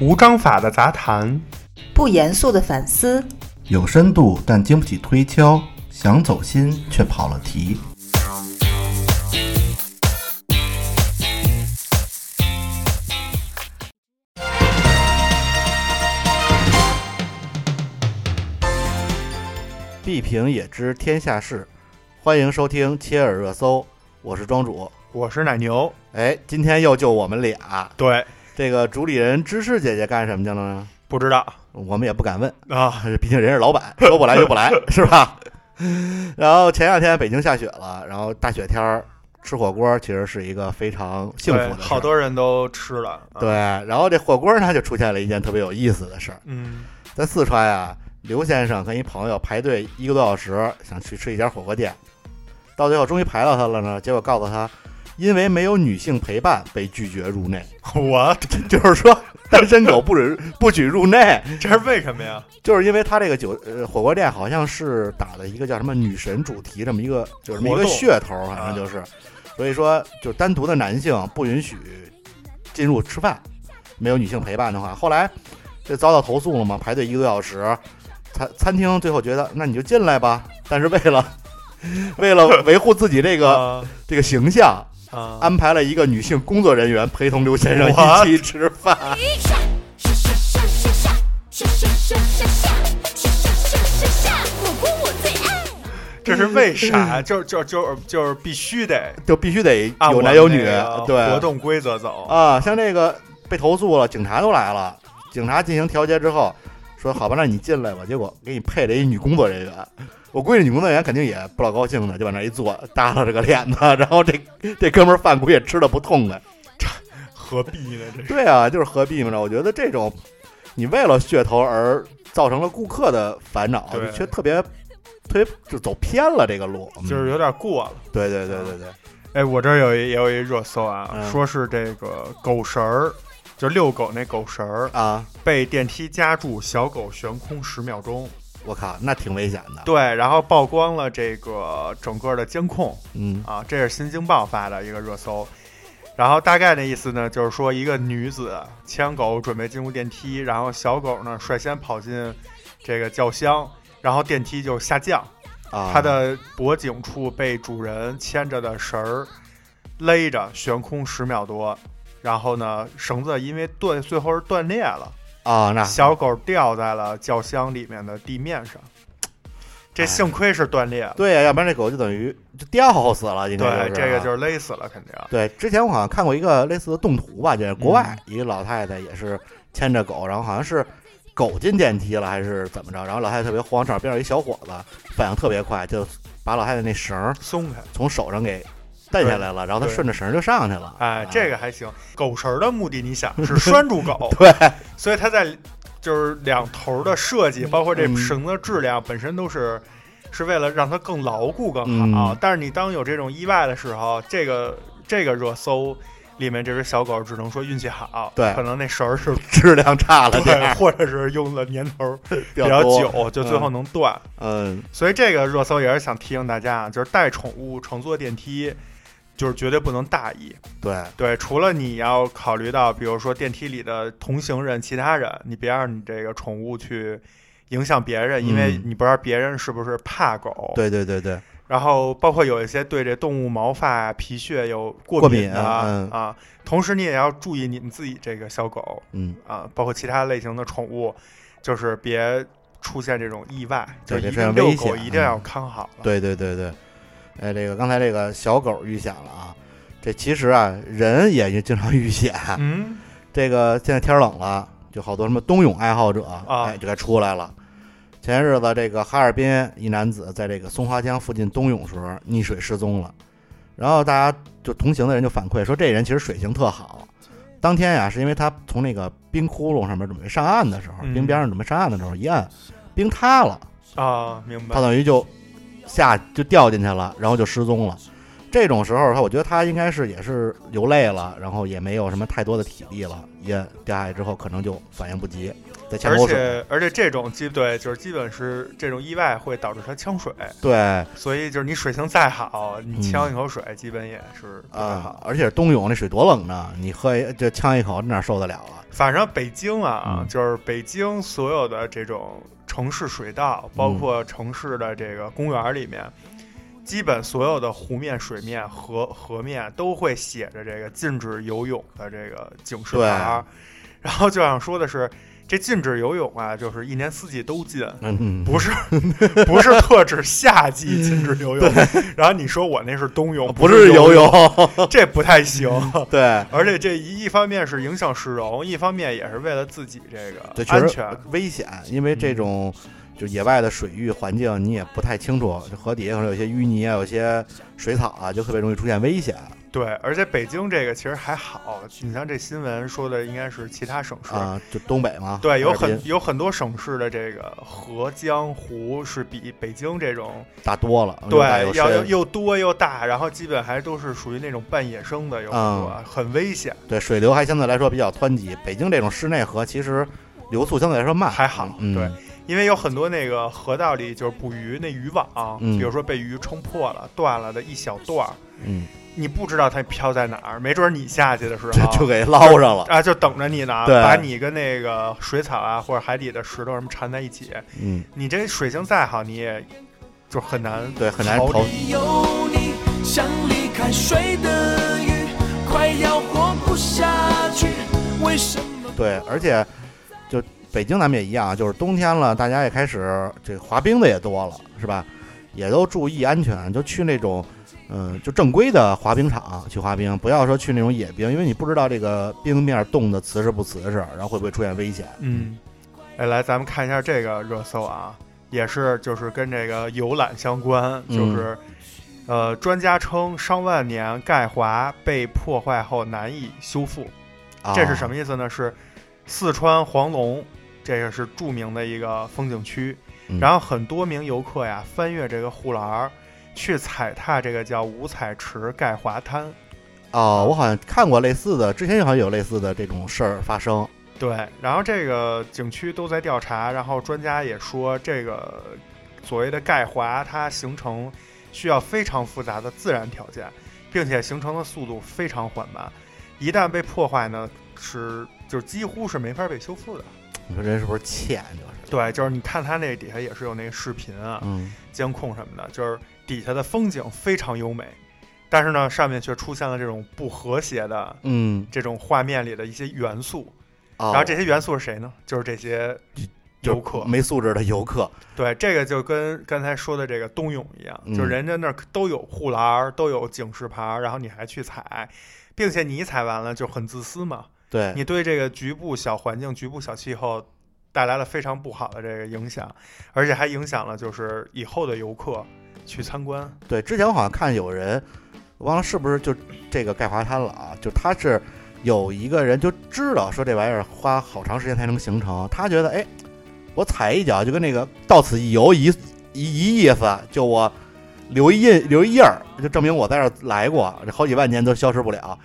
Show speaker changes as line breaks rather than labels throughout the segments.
无章法的杂谈，
不严肃的反思，
有深度但经不起推敲，想走心却跑了题。必评也知天下事，欢迎收听切耳热搜，我是庄主。
我是奶牛。
哎，今天又就我们俩，
对，
这个主理人芝士姐姐干什么去了呢？
不知道
我们也不敢问，
啊，
毕竟人是老板，说不来就不 来，是吧？然后前两天北京下雪了，然后大雪天儿吃火锅其实是一个非常幸福
对
的事儿
好多人都吃了。啊
对，，然后这火锅呢就出现了一件特别有意思的事儿，
嗯，
在四川啊，刘先生跟一朋友排队一个多小时，想去吃一家火锅店，到最后终于排到他了呢，结果告诉他，因为没有女性陪伴被拒绝入内，
我
就是说单身狗不准不许入内，
这是为什么 呀？
就是因为他这个酒呃火锅店好像是打了一个叫什么女神主题这么一个就是这么一
活
个
动
噱头，反正就是，所以说就单独的男性不允许进入吃饭，没有女性陪伴的话，后来这遭到投诉了嘛，排队一个多小时，餐餐厅最后觉得那你就进来吧，但是为 了为了维护自己这个
啊
这个形象，
啊，
安排了一个女性工作人员陪同刘先生
我啊
一起吃饭。
下下下下下下下下下下下下下，火锅我最爱。
这是为 啥？就就就就是必须得
就必须得
按
有
我
男有
们
女，
那个
对
活动规则走。
啊，像这个被投诉了，警察都来了，警察进行调解之后说好吧，那你进来吧，结果给你配了一女工作人员。我估计女工作人员肯定也不老高兴的，就往那一坐，耷拉着个脸子，然后这这哥们儿饭估计也吃的不痛快。
何必呢？这是
对啊，就是何必嘛？我觉得这种你为了噱头而造成了顾客的烦恼，
对
就却特别特别就走偏了这个路。嗯
就是有点过了。
对对对对对，
哎，我这儿有一也有一热搜啊，
嗯
说是这个狗绳儿，就遛狗那狗绳儿
啊，
被电梯夹住，小狗悬空十秒钟。
我靠，那挺危险的。
对，然后曝光了这个整个的监控
嗯
啊，这是新京报发的一个热搜。然后大概的意思呢，就是说一个女子牵狗准备进入电梯，然后小狗呢率先跑进这个轿厢，然后电梯就下降，
啊，
它的脖颈处被主人牵着的绳儿勒着悬空十秒多，然后呢绳子因为断最后是断裂了，
啊，那
小狗掉在了轿厢里面的地面上，这
哎
幸亏是断裂了，
对呀、要不然这狗就等于就吊死了，应
对，
该就是啊、
这个就是勒死了，肯定。
对。之前我好像看过一个类似的动图吧，就是国外、
嗯
一个老太太也是牵着狗，然后好像是狗进电梯了还是怎么着，然后老太太特别慌，正好边上有一小伙子反应特别快，就把老太太那绳儿
松开，
从手上给蹬下来了，然后她
对
顺着绳儿就上去了。
哎，
啊，
这个还行。狗绳儿的目的，你想是拴住狗
对，
所以它在就是两头的设计，包括这
嗯
绳子质量本身都是是为了让它更牢固、更好。
嗯
但是你当有这种意外的时候，这个这个热搜里面这只小狗只能说运气好，
对
可能那绳儿是
质量差了点
对，
儿，
或者是用了年头儿
比
比较
多。
久，就最后能断。
嗯，
所以这个热搜也是想提醒大家，啊，就是带宠物乘坐电梯，就是绝对不能大意。
对，
对，除了你要考虑到，比如说电梯里的同行人、其他人，你别让你这个宠物去影响别人，因为
嗯
你不知道别人是不是怕狗。。
对对对对，
然后包括有一些对这动物毛发啊、皮屑有过
过
敏
敏
的
啊
啊
嗯
啊，同时你也要注意你们自己这个小狗
嗯，
啊，包括其他类型的宠物，就是别出现这种意外，就一
对这
定
样
遛
危
狗
险
一定要
嗯
看好了。
对对对对，哎，这个刚才这个小狗遇险了啊，这其实啊，人也经常 遇险。
嗯，
这个现在天儿冷了，就好多什么冬泳爱好者，
啊
哎，就该出来了。前些日子，这个哈尔滨一男子在这个松花江附近冬泳时候溺水失踪了，然后大家就同行的人就反馈说，这人其实水性特好。当天呀、是因为他从那个冰窟窿上面准备上岸的时候，
嗯
冰边上准备上岸的时候，一按冰塌了，
啊，明白
他。等于就下就掉进去了，然后就失踪了。这种时候，他我觉得他应该是也是流泪了，然后也没有什么太多的体力了，也掉下来之后可能就反应不及，在呛
而
口水。
且而且这种基对就是基本是这种意外会导致他呛水，
对
所以就是你水性再好，你
嗯
呛一口水基本也是不太
啊
好。，
而且冬泳那水多冷呢，你喝一这呛一口，哪受得了啊？
反正北京啊，
嗯
就是北京所有的这种城市水道，包括城市的这个公园里面，基本所有的湖面、水面、河河面都会写着这个禁止游泳的这个警示牌儿。然后就想说的是，这禁止游泳啊，就是一年四季都禁。
嗯，
不是， 不是特指夏季禁止 游泳。然后你说我那是冬泳，
啊不
是
是游
泳，
泳，
这不太行。
对，
而且这一一方面是影响市容，一方面也是为了自己这个
对，确
安
实
全。嗯
危险，因为这种就野外的水域环境你也不太清楚，就河底下可能有些淤泥啊，有些水草啊，就特别容易出现危险
对，而且北京这个其实还好，你像这新闻说的应该是其他省市。
啊。就东北嘛，
对，有
哈尔滨
很有很多省市的这个河江湖是比北京这种
大多了，哦又大
对
又
要
深
又又多又大，然后基本还都是属于那种半野生的，有很多、
啊
很危险。
对水流还相对来说比较湍急。北京这种室内河其实流速相对来说慢，
还好
嗯、
对因为有很多那个河道里就是捕鱼那渔网，
嗯
比如说被鱼冲破了、断了的一小段儿，
嗯，
你不知道它飘在哪儿，没准儿你下去的时候
这就给捞上了，
啊，就等着你呢，
对
把你跟那个水草啊或者海底的石头什么缠在一起，
嗯，
你这水性再好，你也就很难
对，很难
逃
逃
离。
有你，像离开水的鱼，快要活不下去。为什么？
对，而且就北京咱们也一样，就是冬天了，大家也开始这滑冰的也多了，是吧？也都注意安全，就去那种嗯、就正规的滑冰场去滑冰，不要说去那种野冰，因为你不知道这个冰面冻的瓷实不瓷实，然后会不会出现危险。
嗯，哎，来，咱们看一下这个热搜啊，也是就是跟这个游览相关，
嗯
就是、呃，专家称上万年钙华被破坏后难以修复，
啊、
这是什么意思呢？是四川黄龙，这个是著名的一个风景区，
嗯
然后很多名游客呀翻越这个护栏儿。去踩踏这个叫五彩池钙华滩，
哦，我好像看过类似的，之前好像有类似的这种事儿发生。
对，然后这个景区都在调查，然后专家也说，这个所谓的钙华，它形成需要非常复杂的自然条件，并且形成的速度非常缓慢，一旦被破坏呢，是就几乎是没法被修复的。
你说人是不是欠？就是，
对，就是你看它那底下也是有那个视频啊、
嗯，
监控什么的，就是底下的风景非常优美，但是呢，上面却出现了这种不和谐的
嗯，
这种画面里的一些元素。
哦、
然后这些元素是谁呢？就是这些
就
游客。
没素质的游客，
对，这个就跟刚才说的这个冬泳一样，
嗯
就是人家那儿都有护栏儿，都有警示牌儿，然后你还去踩，并且你踩完了就很自私嘛，
对，
你对这个局部小环境、局部小气候带来了非常不好的这个影响，而且还影响了就是以后的游客去参观。
对，之前我好像看有人，忘了是不是就这个盖华滩了啊？就他是有一个人就知道说这玩意儿花好长时间才能形成，他觉得哎，我踩一脚就跟那个到此一游一一一意思，就我留一印留一印儿，就证明我在这儿来过，这好几万年都消失不了。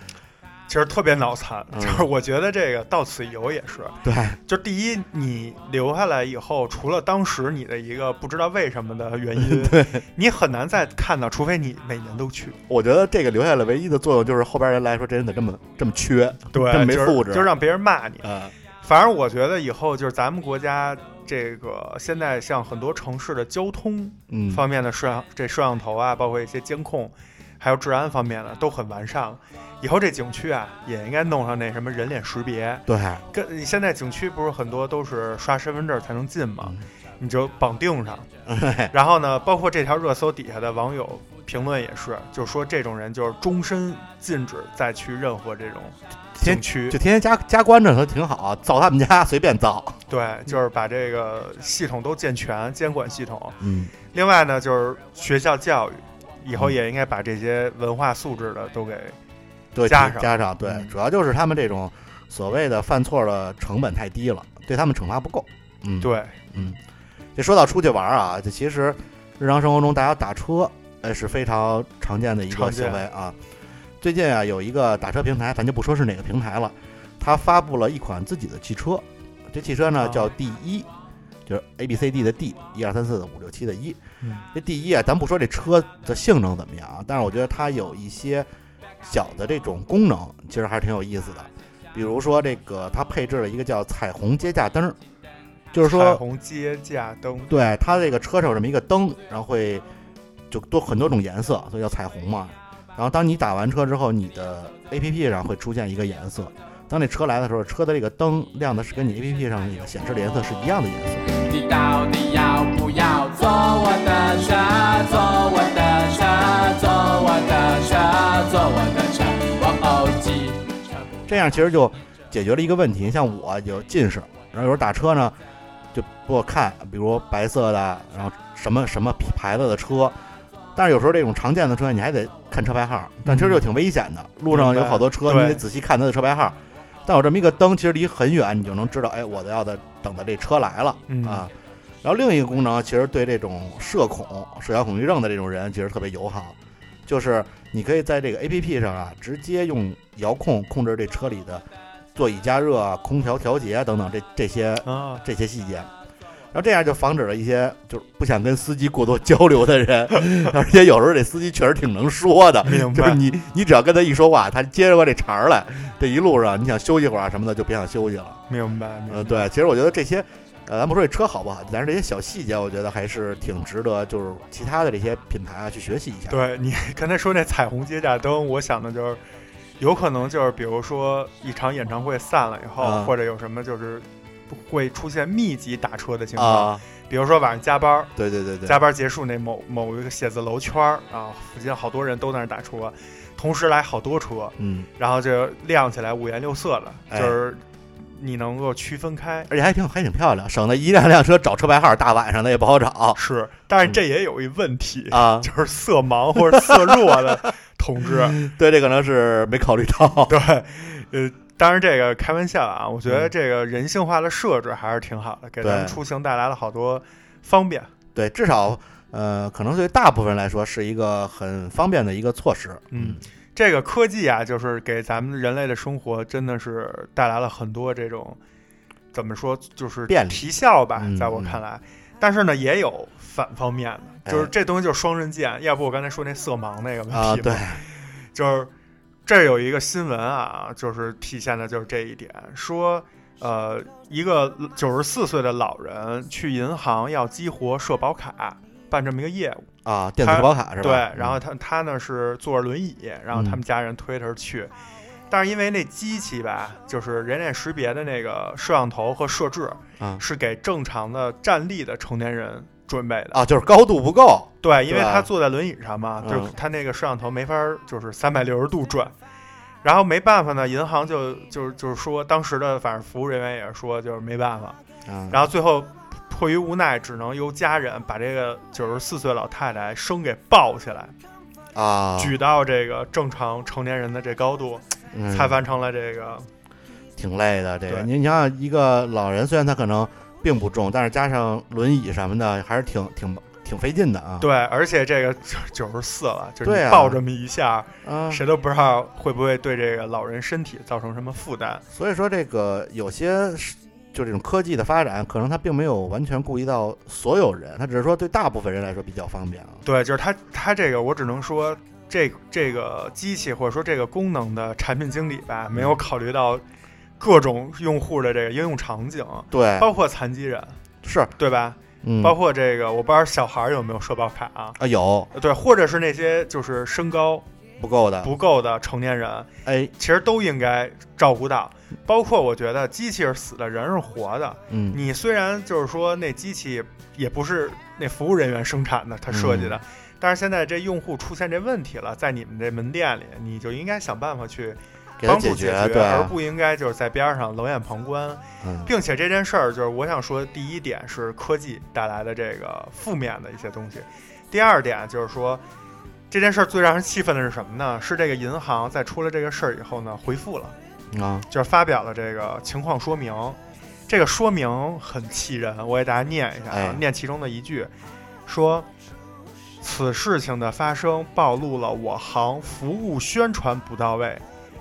其实特别脑残，
嗯
就是我觉得这个到此一游也 是，
对，
就第一，你留下来以后，除了当时你的一个不知道为什么的原
嗯
因，你很难再看到，除非你每年都去。
我觉得这个留下来唯一的作用就是后边人来说这人怎么这么这么缺
对
真没
就是
素质
就是让别人骂你。
啊？
反正我觉得以后就是咱们国家这个现在像很多城市的交通
嗯，
方面的摄像、这摄像头啊，包括一些监控，还有治安方面的都很完善了。以后这景区啊，也应该弄上那什么人脸识别。
对，
跟现在景区不是很多都是刷身份证才能进吗
嗯？
你就绑定上。然后呢，包括这条热搜底下的网友评论也是，就说这种人就是终身禁止再去任何这种景区
就。天天加加关着他挺好，造他们家随便造。
对，
嗯
就是把这个系统都健全，监管系统。
嗯，
另外呢，就是学校教育，以后
嗯
也应该把这些文化素质的都给
对，
加上
加上对，
嗯
主要就是他们这种所谓的犯错的成本太低了，对他们惩罚不够。嗯，，
对。
嗯，这说到出去玩儿啊，这其实日常生活中大家打车呃，是非常常见的一个
常见
行为啊。最近啊，有一个打车平台，咱就不说是哪个平台了，它发布了一款自己的汽车，这汽车呢
啊
叫 D 一，就是 A B C D 的 D，一二三四五六七的一。
嗯
这 D 一啊，咱不说这车的性能怎么样啊，但是我觉得它有一些小的这种功能，其实还是挺有意思的。比如说这个，它配置了一个叫彩虹接驾灯儿，就是说
彩虹街架灯，
对，它这个车上有这么一个灯，然后会就多很多种颜色，所以叫彩虹嘛。然后当你打完车之后，你的 A P P 上会出现一个颜色。当这车来的时候，车的这个灯亮的是跟你 A P P 上那个显示的颜色是一样的颜色。
你到底要不要坐我的车？坐我的车，坐我的车，坐我的车，我哦计程
这样其实就解决了一个问题。像我有近视，然后有时候打车呢，就不我看，比如白色的，然后什么什么牌子的车。但是有时候这种常见的车，你还得看车牌号，但其实就挺危险的。路上有好多
嗯
车，
明白
你得
对
仔细看它的车牌号。但有这么一个灯，其实离很远，你就能知道，哎，我的要的等的这车来了、
嗯
啊。然后另一个功能，其实对这种社恐、社交恐惧症的这种人，其实特别友好，就是你可以在这个 A P P 上啊，直接用遥控控制这车里的座椅加热啊、空调调节啊等等这这些
啊，
这些细节。然后这样就防止了一些就是不想跟司机过多交流的 人，而且有时候这司机确实挺能说的，
明
就是
白
你你只要跟他一说话，他接着过这茬儿来，这一路上你想休息会儿啊什么的就别想休息了。
明白，明白
嗯，对，其实我觉得这些，呃，咱不说这车好不好，但是这些小细节，我觉得还是挺值得就是其他的这些品牌啊去学习一下。，
对你 刚才说那彩虹接驾灯，我想的就是，有可能就是比如说一场演唱会散了以后，
啊
或者有什么就是会出现密集打车的情况，
啊，
比如说晚上加班儿，
对对对对，
加班结束那某某一个写字楼圈儿啊，附近好多人都在那儿打车，同时来好多车，
嗯，
然后就亮起来五颜六色的，
哎
就是你能够区分开。
而且还挺还挺漂亮，省得一辆辆车找车牌号，大晚上的也不 好找
是，但
嗯
是这也有一问题，
啊。
就是色盲或者色弱的同志，
对，这可能是没考虑到。
对，呃，当然这个开玩笑啊，我觉得
嗯
这个人性化的设置还是挺好的，给咱们
对
出行带来了好多方便。
对，至少呃，可能对大部分人来说是一个很方便的一个措施。
嗯，这个科技啊，就是给咱们人类的生活真的是带来了很多这种怎么说，就是
便利
提效吧，
嗯
在我看来。但是呢，也有反方面的，就是
哎
这东西就是双刃剑。要不我刚才说那色盲那个问题 嘛
啊，对，
就是这有一个新闻啊，就是体现的就是这一点，说呃，一个九十四岁的老人去银行要激活社保卡，办这么一个业务。
啊，电子社保卡是吧？嗯
对，然后他他呢是坐着轮椅，然后他们家人推着他去。但是因为那机器吧，就是人脸识别的那个摄像头和设置，
啊
是给正常的站立的成年人准备的。
啊，就是高度不够，
对，因为
对吧
他坐在轮椅上嘛，
嗯
就是他那个摄像头没法儿就是三百六十度转，然后没办法呢，银行就就就是说当时的反正服务人员也是说就是没办法，
啊，
然后最后迫于无奈，只能由家人把这个九十四岁老太太生给抱起来，
啊，
举到这个正常成年人的这高度，
嗯
才完成了这个
挺累的。这个
对
你你想想，一个老人虽然他可能并不重，但是加上轮椅什么的，还是挺挺挺费劲的啊。
对，而且这个九十四了，就是
对
你
啊
抱这么一下，
啊，
谁都不知道会不会对这个老人身体造成什么负担。
所以说这个有些是就这种科技的发展，可能他并没有完全顾及到所有人，他只是说对大部分人来说比较方便啊。
对，就是它它这个，我只能说这这个机器或者说这个功能的产品经理吧，没有考虑到各种用户的这个应用场景，
对，
包括残疾人，
是，
对吧？
嗯，
包括这个，我不知道小孩儿有没有社保卡啊？
啊有
对，或者是那些就是身高
不够的，
不够的成年人，
哎，
其实都应该照顾到。包括我觉得机器是死的，人是活的。
嗯，
你虽然就是说那机器也不是那服务人员生产的，它设
嗯
计的，但是现在这用户出现这问题了，在你们这门店里，你就应该想办法去
给他
帮
解
助解
对，啊
而不应该就是在边上冷眼旁观。
嗯，
并且这件事儿，就是我想说，第一点是科技带来的这个负面的一些东西，第二点就是说。这件事儿最让人气愤的是什么呢？是这个银行在出了这个事儿以后呢，回复了，
啊，
就是发表了这个情况说明。这个说明很气人，我给大家念一下啊，
哎
念其中的一句，说此事情的发生暴露了我行服务宣传不到位、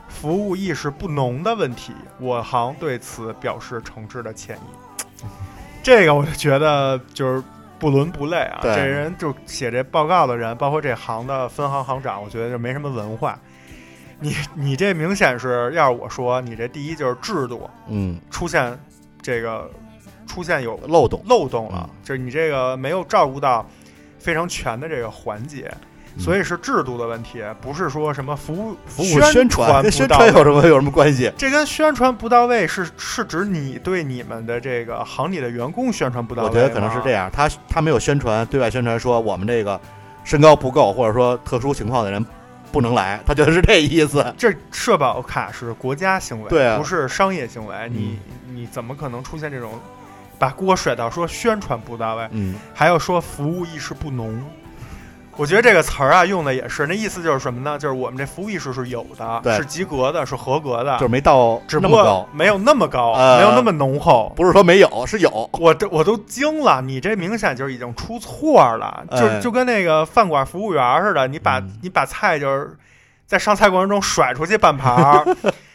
服务意识不浓的问题，我行对此表示诚挚的歉意。 这个我就觉得就是不伦不类啊，
对
这人就写这报告的人，包括这行的分行行长，我觉得就没什么文化。你你这明显是，要是我说，你这第一就是制度
嗯，
出现这个出现有
漏洞，
漏洞了
啊，
就是你这个没有照顾到非常全的这个环节，
嗯
所以是制度的问题，不是说什么服务
服务宣
传
跟
不
宣
到
传有
位。
什么有什么关系？
这跟宣传不到位是是指你对你们的这个行里的员工宣传不到位啊
我
吗，
觉得可能是这样，他他没有宣传，对外宣传说我们这个身高不够，或者说特殊情况的人不能来，他觉得是这意思。
这社保卡是国家行为，
对啊嗯
不是商业行为。你你怎么可能出现这种把锅甩到说宣传不到位，
嗯，
还有说服务意识不浓？我觉得这个词儿啊用的也是，那意思就是什么呢？就是我们这服务意识是有的，
对
是及格的，是合格的，
就是没到
只不
那么高
过，没有那么高，
呃
没有那么浓厚。
不是说没有，是有。
我这我都惊了，你这明显就是已经出错了，就、
哎
就跟那个饭馆服务员似的，你把、
嗯
你把菜就是在上菜过程中甩出去半盘 儿，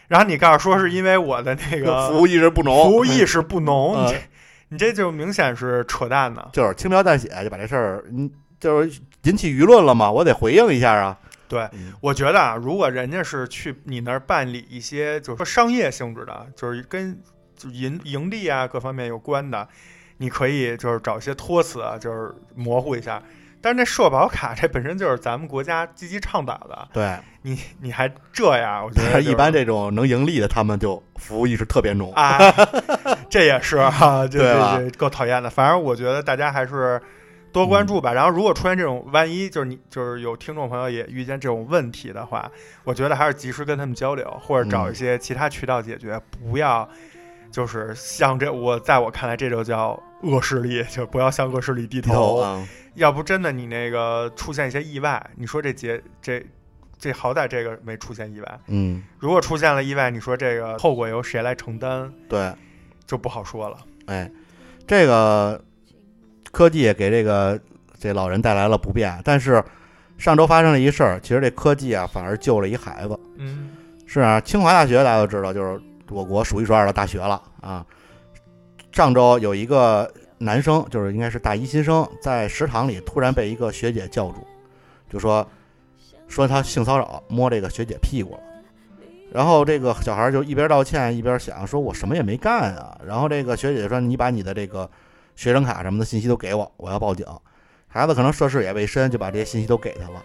然后你告诉说是因为我的那个
服务意识不浓，
服务意识不浓，
嗯
你这你这就明显是扯淡呢。
就是轻描淡写就把这事儿，嗯，就是引起舆论了嘛，我得回应一下啊。
对
嗯，
我觉得啊，如果人家是去你那儿办理一些就是说商业性质的，就是跟就盈盈利啊各方面有关的，你可以就是找一些托词啊，就是模糊一下。但是这社保卡这本身就是咱们国家积极倡导的，
对，
你你还这样，我觉得
但是
就是
一般这种能盈利的，他们就服务意识特别浓。
啊，这也是啊， 这
对吧
这这够讨厌的。反正我觉得大家还是多关注
嗯
吧。然后如果出现这种，万一就是你就是有听众朋友也遇见这种问题的话，我觉得还是及时跟他们交流，或者
嗯
找一些其他渠道解决，不要。就是像这，我在我看来，这就叫恶势力，就不要向恶势力低
低
头。
头啊，
要不真的你那个出现一些意外，你说这节这这好歹这个没出现意外，
嗯，
如果出现了意外，你说这个后果由谁来承担？
对，
就不好说了。
哎，这个科技也给这个这老人带来了不便，但是上周发生了一事儿，其实这科技啊反而救了一孩子。
嗯
是啊，清华大学大家都知道，就是我国数一数二的大学了啊。上周有一个男生，就是应该是大一新生，在食堂里突然被一个学姐叫住，就说说他性骚扰，摸这个学姐屁股了。然后这个小孩就一边道歉一边想说：“我什么也没干啊。”然后这个学姐就说：“你把你的这个学生卡什么的信息都给我，我要报警。”孩子可能涉世也未深，就把这些信息都给他了。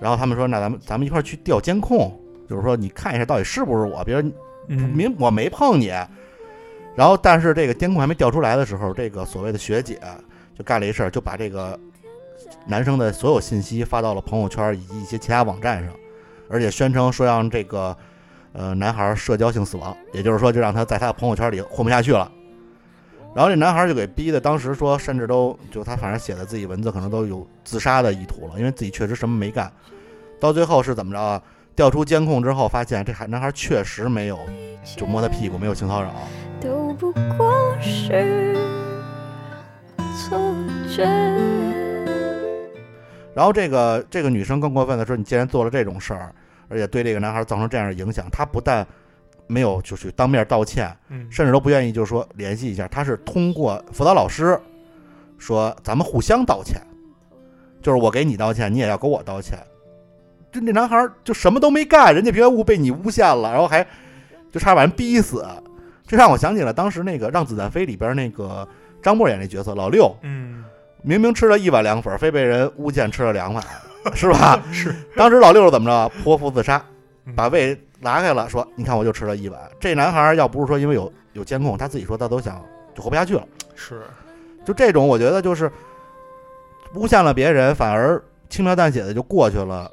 然后他们说：“那咱们咱们一块儿去调监控，就是说你看一下到底是不是我，比如你
嗯，
没我没碰你。然后但是这个监控还没调出来的时候，这个所谓的学姐就干了一事儿，就把这个男生的所有信息发到了朋友圈以及一些其他网站上，而且宣称说让这个呃男孩社交性死亡，也就是说就让他在他的朋友圈里混不下去了。然后这男孩就给逼的，当时说甚至都就他反正写的自己文字可能都有自杀的意图了，因为自己确实什么没干。到最后是怎么着啊？调出监控之后，发现这孩男孩确实没有就摸他屁股，没有性骚扰。
都不过是错觉。
然后这个这个女生更过分的说，你既然做了这种事儿，而且对这个男孩造成这样的影响，她不但没有就是当面道歉，
嗯
甚至都不愿意就是说联系一下，她是通过辅导老师说咱们互相道歉，就是我给你道歉，你也要给我道歉。就那男孩就什么都没干，人家别误被你诬陷了，然后还就差点把人逼死。这让我想起了当时那个《让子弹飞》里边那个张默演那角色老六，
嗯，
明明吃了一碗凉粉，非被人诬陷吃了两碗，是吧？是。当时老六是怎么着？剖腹自杀，
嗯
把胃拿开了，说：“你看，我就吃了一碗。”这男孩要不是说因为有有监控，他自己说他都想就活不下去了。
是
就这种，我觉得就是诬陷了别人，反而轻描淡写的就过去了，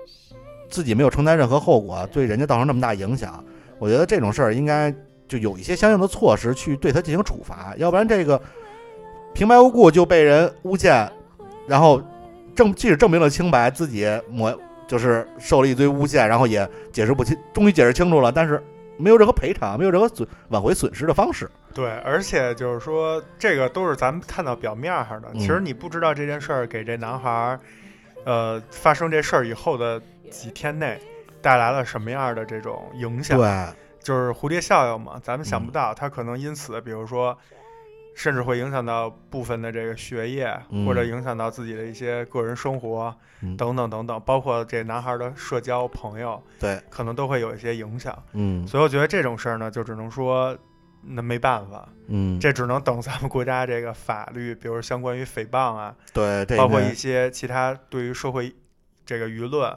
自己没有承担任何后果，对人家造成那么大影响。我觉得这种事儿应该就有一些相应的措施去对他进行处罚，要不然这个平白无故就被人诬陷，然后证即使证明了清白，自己抹就是受了一堆诬陷，然后也解释不清，终于解释清楚了，但是没有任何赔偿，没有任何损挽回损失的方式。
对，而且就是说，这个都是咱们看到表面上的，
嗯
其实你不知道这件事儿给这男孩儿呃，发生这事儿以后的几天内带来了什么样的这种影响？
对，
就是蝴蝶效应嘛，咱们想
嗯
不到，它可能因此，比如说，甚至会影响到部分的这个学业，
嗯
或者影响到自己的一些个人生活、
嗯
等等等等，包括这男孩的社交朋友，
对，
可能都会有一些影响。
嗯
所以我觉得这种事儿呢，就只能说。那没办法，
嗯，
这只能等咱们国家这个法律，比如相关于诽谤啊，
对这
包括
应该
一些其他对于社会这个舆论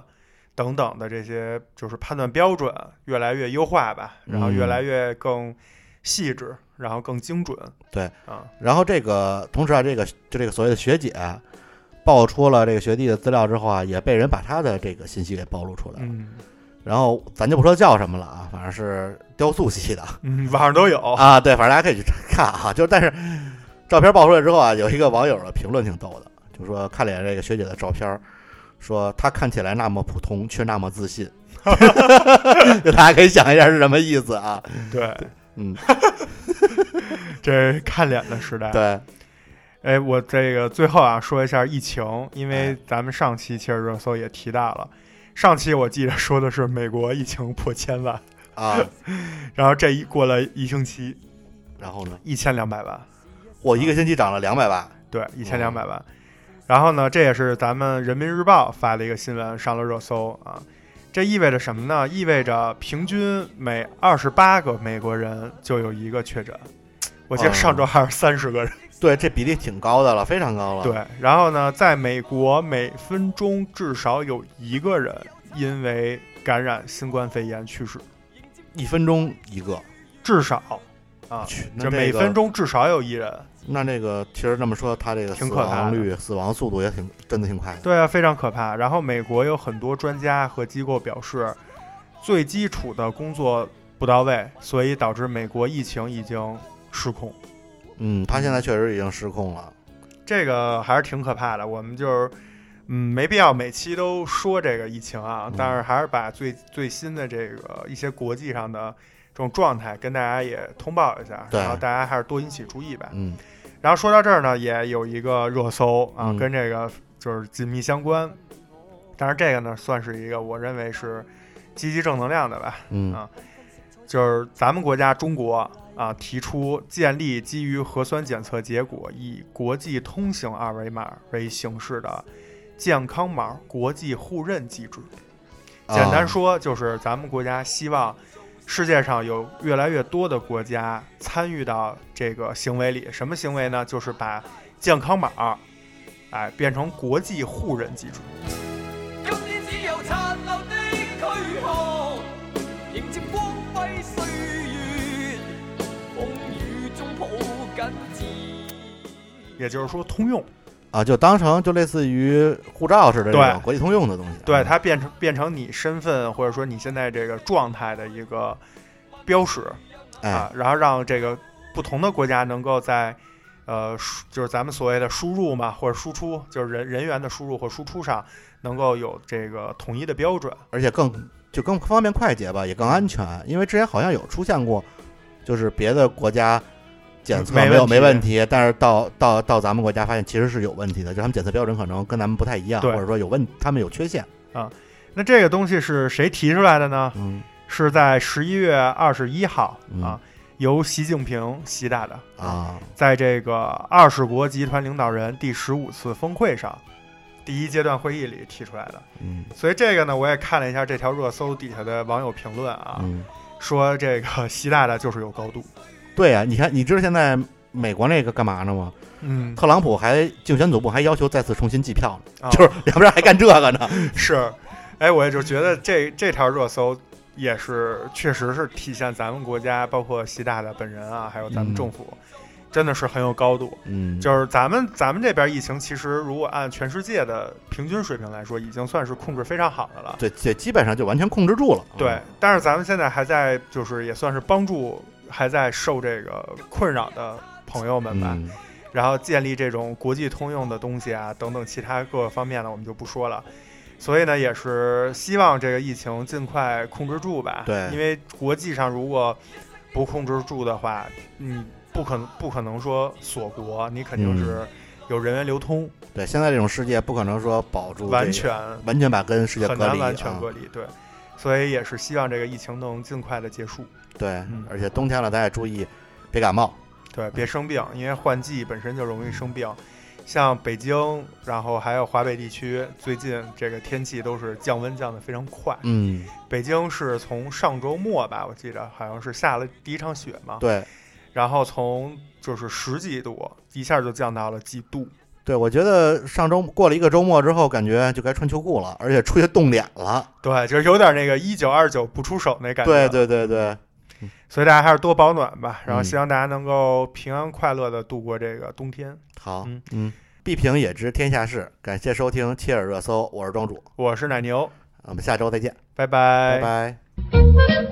等等的这些，就是判断标准越来越优化吧，然后越
嗯
来越更细致，然后更精准。
对
啊，
然后这个同时啊，这个就这个所谓的学姐爆出了这个学弟的资料之后啊，也被人把他的这个信息给暴露出来了。
嗯
然后咱就不说叫什么了啊，反正是雕塑系的
嗯，网上都有，
啊，对，反正大家可以去 看啊。就是但是照片爆出来之后啊，有一个网友的评论挺逗的，就说看了眼这个学姐的照片，说她看起来那么普通，却那么自信。 就大家可以想一下是什么意思啊？
对，
嗯，
这看脸的时代。，
对，
哎，我这个最后啊说一下疫情，因为
哎
咱们上期其实热搜也提到了。上期我记得说的是美国疫情破千万，
啊，
然后这一过了一星期，
然后呢，
一千两百万，
我一个星期涨了两百万，
对，一千两
哦
百万。然后呢，这也是咱们人民日报发了一个新闻，上了热搜啊。这意味着什么呢？意味着平均每二十八个美国人就有一个确诊。我记得
哦
上周还是三十个人。
对，这比例挺高的了，非常高了。，
对，然后呢，在美国每分钟至少有一个人因为感染新冠肺炎去世，
一分钟一个，
至少啊，
去，那
这
这
每
个
分，钟至少有一人。
那这个其实这么说，他这个
挺
死
可怕
亡率、死亡速度也挺真的挺快的。
对啊，非常可怕。然后美国有很多专家和机构表示，最基础的工作不到位，所以导致美国疫情已经失控。
嗯，他现在确实已经失控了。
这个还是挺可怕的。我们就是，嗯，没必要每期都说这个疫情啊，
嗯
但是还是把最最新的这个一些国际上的这种状态跟大家也通报一下，
对
然后大家还是多引起注意吧。
嗯
然后说到这儿呢，也有一个热搜啊，
嗯
跟这个就是紧密相关。但是这个呢，算是一个我认为是积极正能量的吧，
嗯
啊就是咱们国家中国啊提出建立基于核酸检测结果以国际通行二维码为形式的健康码国际互认机制。
啊
简单说，就是咱们国家希望世界上有越来越多的国家参与到这个行为里。什么行为呢？就是把健康码，哎，变成国际互认机制。
今天只有殘留的軀殼，迎接光輝歲月，風雨中抱緊自
也就是说，通用，
啊，就当成就类似于护照似的这
对
种国际通用的东西。
对
啊
它变成变成你身份或者说你现在这个状态的一个标识
哎
啊，然后让这个不同的国家能够在。呃，输就是咱们所谓的输入嘛，或者输出，就是人人员的输入或输出上，能够有这个统一的标准。
而且更就更方便快捷吧，也更安全。因为之前好像有出现过，就是别的国家检测
没
没有
问
没
题
问题，但是到到到咱们国家发现其实是有问题的，就他们检测标准可能跟咱们不太一样，
对
或者说有问他们有缺陷。
那这个东西是谁提出来的呢？
嗯
是在十一月二十一号
嗯
啊，由习近平习大大，
啊，
在这个二十国集团领导人第十五次峰会上第一阶段会议里提出来的。
嗯
所以这个呢，我也看了一下这条热搜底下的网友评论啊，
嗯，
说这个 习大大就是有高度。
对呀、你看，你知道现在美国那个干嘛呢吗？
嗯，
特朗普还竞选总部还要求再次重新计票呢，
啊
就是两边还干这个 呢。
是，哎，我也就觉得这这条热搜也是确实是体现咱们国家，包括习大大本人啊，还有咱们
嗯
政府，真的是很有高度。
嗯，
就是咱们咱们这边疫情，其实如果按全世界的平均水平来说，已经算是控制非常好的了。
对，这基本上就完全控制住了。
对，但是咱们现在还在，就是也算是帮助还在受这个困扰的朋友们吧。
嗯，
然后建立这种国际通用的东西啊，等等其他各个方面呢，我们就不说了。所以呢，也是希望这个疫情尽快控制住吧。
对
因为国际上如果
嗯
不控制住的话，你不可能不可能说锁国，你肯定是有人员流通，
对，现在这种世界不可能说保住这个
完全
完全把跟世界
很
隔
难
离，
完全
啊
隔离。对，所以也是希望这个疫情能尽快的结束。
对
嗯，
而且冬天了，咱也注意别感冒。
对，
嗯
别生病，因为换季本身就容易生病。像北京，然后还有华北地区，最近这个天气都是降温降得非常快。
嗯，
北京是从上周末吧，我记着好像是下了第一场雪嘛，
对
然后从就是十几度一下就降到了几度。
对，我觉得上周过了一个周末之后，感觉就该穿秋裤了，而且出去冻脸了。
对，就是有点那个一九二九不出手那感觉。嗯
对，对对对，
所以大家还是多保暖吧，然后
嗯
希望大家能够平安快乐的度过这个冬天。
好
嗯，
嗯，必评也知天下事，感谢收听切耳热搜，我是庄主，
我是奶牛，
我们下周再见，
拜拜
拜拜。
Thank you.